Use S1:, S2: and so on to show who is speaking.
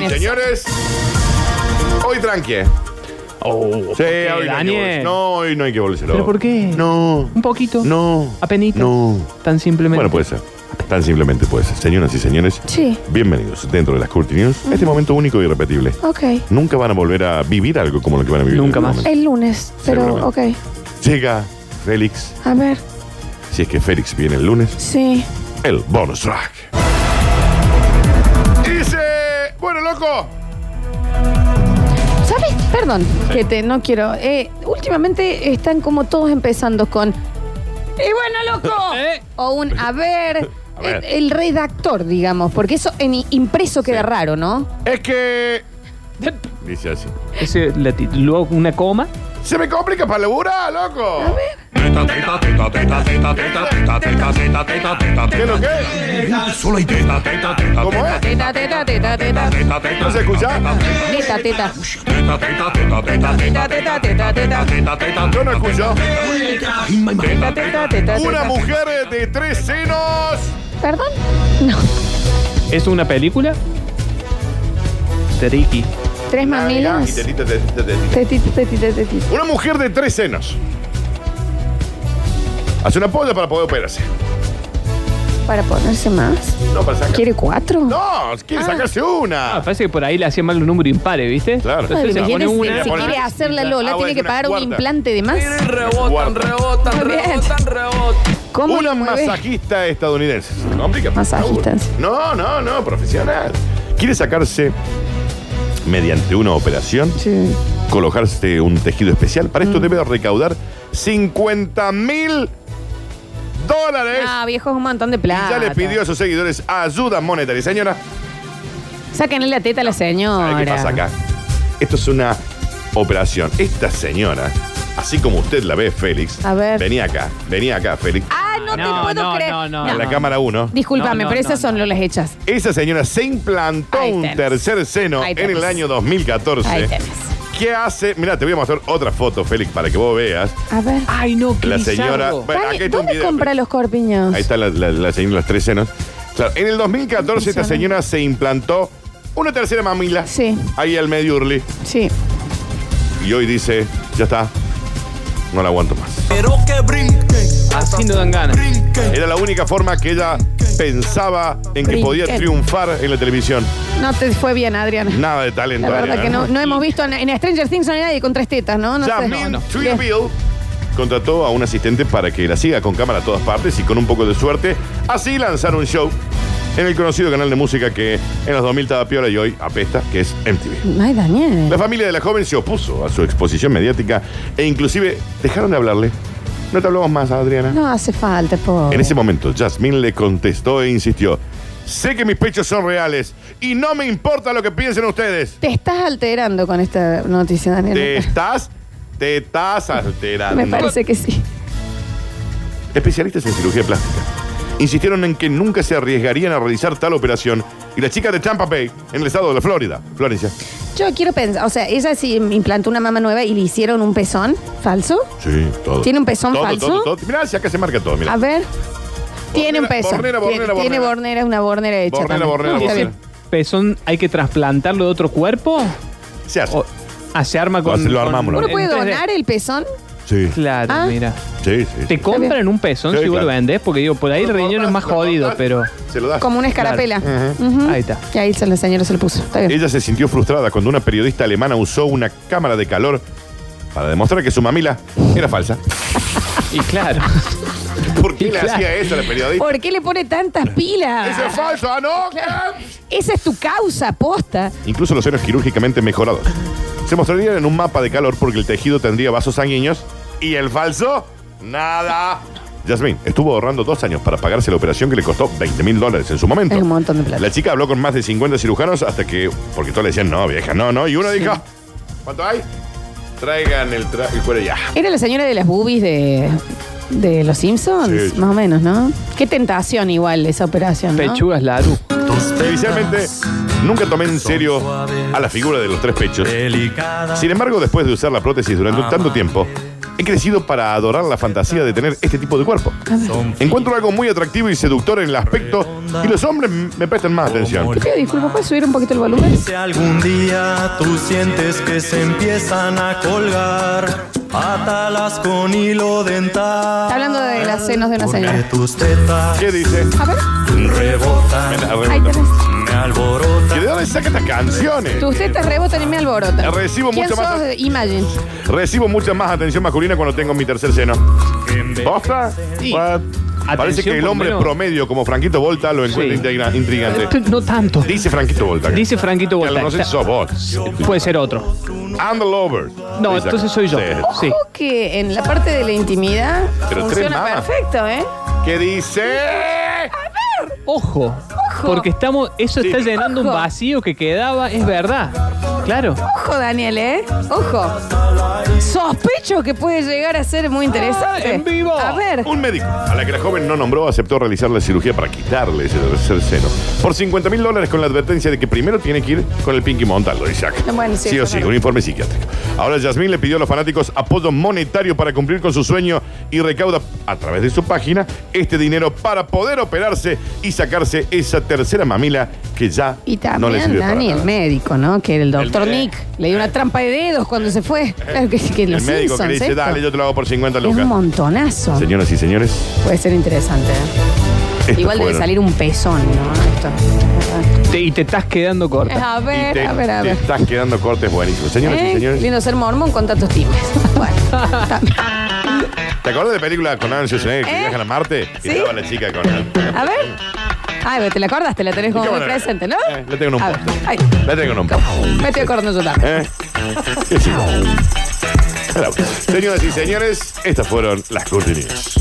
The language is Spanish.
S1: Daniel.
S2: Señores, hoy tranqui. eh.
S1: Oh,
S2: Sí,
S1: ¿por qué,
S2: hoy no hay que volverse-
S1: Daniel.
S2: No, hoy no hay que volverse
S1: ¿Pero
S2: loco.
S1: por qué?
S2: No.
S1: Un poquito.
S2: No.
S1: Apenita.
S2: No.
S1: Tan simplemente.
S2: Bueno, pues. puede ser. Tan simplemente puede ser. Señoras y señores,
S3: Sí,
S2: bienvenidos dentro de las Curti News. Este momento único y irrepetible.
S3: ok.
S2: Nunca van a volver a vivir algo como lo que van a vivir.
S1: Nunca
S2: en
S1: más.
S2: este momento.
S3: El lunes, pero ok.
S2: Seguramente. Llega Félix,
S3: A ver,
S2: si es que Félix viene el lunes,
S3: sí.
S2: el bonus track. Dice, bueno, loco.
S3: ¿Sabes? Perdón, que te no quiero. Eh, últimamente están como todos empezando con. ¡Y bueno, loco!
S1: ¿Eh?
S3: O un a ver.
S2: A ver.
S3: eh, El redactor, digamos, porque eso en i- impreso queda
S2: Sí.
S3: raro, ¿no?
S2: Es que...
S1: Dep.
S2: Dice así.
S1: pues, Ese lati- luego una coma.
S2: Se me complica para laburar, loco.
S4: Teta, teta, teta, teta, teta, teta, teta, teta, teta, teta, teta,
S2: ¿Qué es lo que es?
S4: teta. Solo hay teta, teta, teta,
S2: ¿Cómo
S4: teta,
S2: es?
S3: Teta, teta, teta, teta.
S4: teta, teta,
S2: ¿No se escucha?
S3: Teta, teta.
S4: Teta, teta, teta, teta,
S3: Teta,
S4: teta,
S3: teta, teta.
S4: teta, teta, teta.
S2: Yo no escucho.
S3: Teta, teta, teta.
S2: Una
S3: teta.
S2: mujer de tres senos.
S3: ¿Perdón? No.
S1: ¿Es una película? Tricky.
S3: Tres mamilas.
S2: Y tetita, tetita, tetita.
S3: Tetita, tetita, tetita.
S2: Una mujer de tres senos. Hace una polla para poder operarse.
S3: Para ponerse más.
S2: No, para sacar.
S3: ¿Quiere cuatro?
S2: No, quiere
S3: Ah.
S2: sacarse una.
S1: Ah, parece que por ahí le hacía mal un número impar, ¿viste?
S2: Claro.
S3: Ay,
S1: Entonces se
S3: imagínese,
S1: pone una.
S3: si
S2: Poner-
S3: quiere hacer la Lola,
S2: Ah, bueno,
S3: tiene que
S2: una
S3: pagar un
S2: cuarta.
S3: implante de más.
S2: Guarda.
S5: Rebotan, rebotan,
S3: Muy bien.
S5: rebotan, rebotan.
S3: ¿Cómo
S2: Una
S3: le mueve?
S2: masajista estadounidense. Se complica.
S3: Masajista.
S2: No, no, no, profesional. Quiere sacarse mediante una operación,
S3: Sí.
S2: colocarse un tejido especial. Para
S3: Mm.
S2: esto debe recaudar 50 mil dólares.
S3: Ah, viejo, es un montón de plata.
S2: Y ya le pidió a sus seguidores ayuda monetaria. Señora,
S3: Sáquenle la teta a la señora.
S2: ¿sabe qué pasa acá? Esto es una operación. Esta señora, así como usted la ve, Félix,
S3: A ver.
S2: venía acá, venía acá, Félix,
S3: Ah,
S1: No,
S3: no, te puedo
S1: no,
S3: creer.
S1: no, no,
S2: a
S1: no.
S2: la cámara 1.
S1: No,
S3: Discúlpame,
S1: no,
S3: pero
S1: no,
S3: esas son
S1: no.
S3: las hechas.
S2: Esa señora se implantó
S3: Ahí
S2: un
S3: tenés.
S2: tercer seno
S3: Ahí
S2: en el
S3: tenés.
S2: año 2014.
S3: Ahí tenés.
S2: ¿Qué hace? Mira, te voy a mostrar otra foto, Félix, para que vos veas.
S3: A ver.
S1: Ay, no, qué
S2: La señora.
S1: bizarro.
S2: Bueno,
S3: Dani,
S2: acá está un
S3: ¿Dónde
S2: video.
S3: compra los corpiños?
S2: Ahí está la, la- la señora, las tres senos. Claro, en el 2014 esta señora se implantó una tercera mamila.
S3: Sí.
S2: Ahí al medio Urli.
S3: Sí.
S2: Y hoy dice, ya está, no la aguanto más.
S5: Pero que brinquen,
S1: Así no dan ganas.
S5: brinquen.
S2: Era la única forma que ella pensaba en que podía
S3: Brinquen.
S2: triunfar en la televisión.
S3: No te fue bien, Adriana.
S2: Nada de talento.
S3: La verdad
S2: Adriana.
S3: que no, no hemos visto en, en Stranger Things a nadie con tres tetas, ¿no? No sé.
S2: Jasmine
S3: No, no. Bien.
S2: Trierville contrató a un asistente para que la siga con cámara a todas partes y con un poco de suerte, así lanzar un show en el conocido canal de música que en los 2000 estaba piola y hoy apesta, que es MTV.
S3: Ay,
S2: La
S3: Daniel.
S2: familia de la joven se opuso a su exposición mediática e inclusive dejaron de hablarle. No te hablamos más, Adriana.
S3: No hace falta, pobre.
S2: En ese momento, Jasmine le contestó e insistió. Sé que mis pechos son reales y no me importa lo que piensen ustedes.
S3: Te estás alterando con esta noticia, Daniel.
S2: Te estás, te estás alterando.
S3: Me parece que sí.
S2: Especialistas en cirugía plástica insistieron en que nunca se arriesgarían a realizar tal operación y la chica de Tampa Bay, en el estado de la Florida, Florencia.
S3: Yo quiero pensar, o sea, ella sí implantó una mama nueva y le hicieron un pezón falso.
S2: Sí, todo.
S3: ¿Tiene un pezón
S2: Todo,
S3: falso? Ah,
S2: Todo, todo. Mirá, si acá se marca todo, mirá.
S3: A ver. Tiene un pezón.
S2: bornera,
S3: Tiene-
S2: bornera,
S3: Tiene
S2: bornera.
S3: bornera, es una bornera hecha.
S2: Bornera,
S3: también.
S2: bornera,
S3: No, está
S2: bornera.
S3: bien.
S1: ¿Pezón hay que trasplantarlo de otro cuerpo?
S2: Se hace.
S1: ¿O ah, se arma
S2: Lo
S1: con.?
S2: hace- lo
S1: con-
S2: armamos, lo
S3: ¿Uno puede
S1: en 3D?
S3: donar el pezón?
S2: Sí, sí,
S1: Claro,
S3: Ah.
S1: mira.
S2: sí.
S1: ¿Te compran un pezón
S2: Sí,
S1: si vos
S2: claro.
S1: lo vendés? Porque digo, por ahí el riñón es más jodido, pero.
S2: Se lo das.
S3: Como una escarapela. Ujú.
S1: Ahí está.
S3: Y ahí se- la señora se lo puso. Está bien.
S2: Ella se sintió frustrada cuando una periodista alemana usó una cámara de calor para demostrar que su mamila era falsa.
S1: Y claro.
S2: ¿Por qué
S1: Y
S2: le
S1: claro.
S2: hacía eso a la periodista?
S3: ¿Por qué le pone tantas
S2: ¡Eso es
S3: pilas?
S2: falso! ¡Ah, no!
S3: Esa es tu causa, posta.
S2: Incluso los senos quirúrgicamente mejorados. Se mostrarían en un mapa de calor porque el tejido tendría vasos sanguíneos y el falso, nada. Jasmine estuvo ahorrando dos años para pagarse la operación que le costó 20 mil dólares en su momento.
S3: Es un montón de
S2: La
S3: plata.
S2: chica habló con más de 50 cirujanos hasta que, porque todos le decían, no, vieja, no, no. Y uno dijo, ¿cuánto hay? Traigan el, tra- el cuero ya.
S3: Era la señora de las boobies de, de los Simpsons,
S2: Sí, sí.
S3: más o menos, ¿no? Qué tentación igual esa operación, ¿no?
S1: Pechugas Laru.
S2: Inicialmente, nunca tomé en serio
S1: Ah,
S2: a la figura de los tres pechos. Sin embargo, después de usar la prótesis durante un tanto tiempo, He crecido para adorar la fantasía de tener este tipo de cuerpo. Encuentro algo muy atractivo y seductor en el aspecto y los hombres m- me prestan más atención.
S3: Te pido disculpas, ¿puedes subir un poquito el volumen?
S6: Si algún día tú sientes que se empiezan a colgar, atalas con hilo dental.
S3: Está hablando de las senos de una
S6: Porque
S3: señora.
S6: tus tetas
S2: ¿Qué dice?
S3: A ver,
S6: rebotan,
S2: Mira,
S3: ahí
S2: rebota.
S3: tenés.
S6: me alborotan.
S2: ¿Y de dónde saca estas canciones?
S3: Tus tetas rebotan y me alborotan.
S2: Recibo
S3: ¿Quién
S2: mucho más-
S3: sos de Imagine?
S2: Recibo mucha más atención masculina cuando tengo mi tercer seno. ¿Posta?
S1: Sí.
S2: What? Parece
S1: Atención,
S2: que el
S1: por
S2: hombre
S1: menos.
S2: promedio como Franquito Volta lo encuentra
S1: Sí.
S2: integra- intrigante.
S1: No tanto.
S2: Dice Franquito Volta.
S1: Dice Franquito
S2: Que
S1: Volta.
S2: No sé si sos vos.
S1: Puede ser otro.
S2: I'm the lover.
S1: No,
S2: Dice
S1: entonces
S2: acá.
S1: soy yo.
S2: Sí.
S1: Sí.
S3: Ojo que en la parte de la intimidad
S2: Pero tres
S3: funciona
S2: mamas.
S3: perfecto, ¿eh?
S2: ¿Qué dice?
S1: Ojo. Porque estamos, eso está llenando un
S3: Ojo.
S1: vacío que quedaba, es verdad. Claro.
S3: Ojo, Daniel, ¿eh? Ojo. Sospecho que puede llegar a ser muy interesante.
S1: Ah, en vivo.
S3: A ver.
S2: Un médico a la que la joven no nombró aceptó realizar la cirugía para quitarle ese tercer seno. Por 50 mil dólares con la advertencia de que primero tiene que ir con el Pinky Montalvo, Isaac.
S3: Bueno, sí,
S2: o
S3: eso
S2: sí,
S3: es
S2: un
S3: verdad.
S2: informe psiquiátrico. Ahora Yasmín le pidió a los fanáticos apoyo monetario para cumplir con su sueño y recauda a través de su página este dinero para poder operarse y sacarse esa tercera mamila que ya
S3: Y
S2: no le
S3: también
S2: sirvió para
S3: Dani, el
S2: nada.
S3: médico, ¿no? Que el doctor
S2: El- Eh.
S3: Nick le dio una trampa de dedos cuando se fue. Claro que sí, que
S2: El
S3: los
S2: médico que
S3: Simpsons,
S2: le dice,
S3: esto.
S2: dale, yo te lo hago por 50
S3: Es
S2: lucas.
S3: un montonazo.
S2: Señoras y señores,
S3: Puede ser interesante. ¿eh?
S2: estos
S3: Igual debe
S2: fueron.
S3: salir un pezón, ¿no? Esto.
S1: Te- y te estás quedando corta.
S3: A
S2: Y
S3: ver,
S2: te,
S3: a ver, a
S2: te
S3: ver.
S2: estás quedando cortes buenísimos. Señoras y
S3: ¿Eh?
S2: señores,
S3: Lindo ser mormón con tantos timbres. Bueno, también.
S2: ¿Te acuerdas de película con Arnold Schwarzenegger que
S3: ¿Eh?
S2: viajan a Marte? Y
S3: ¿Sí?
S2: estaba la chica con él.
S3: a ver. Ay, pero te la acordaste, la tenés como
S2: ¿Qué
S3: muy
S2: manera?
S3: presente, ¿no?
S2: Eh, la tengo en un
S3: A ver,
S2: poste.
S3: ay,
S2: La tengo en un poco.
S3: me estoy acordando yo también.
S2: ¿Eh? Sí, sí. Pero, Señoras y señores, estas fueron las Curti News.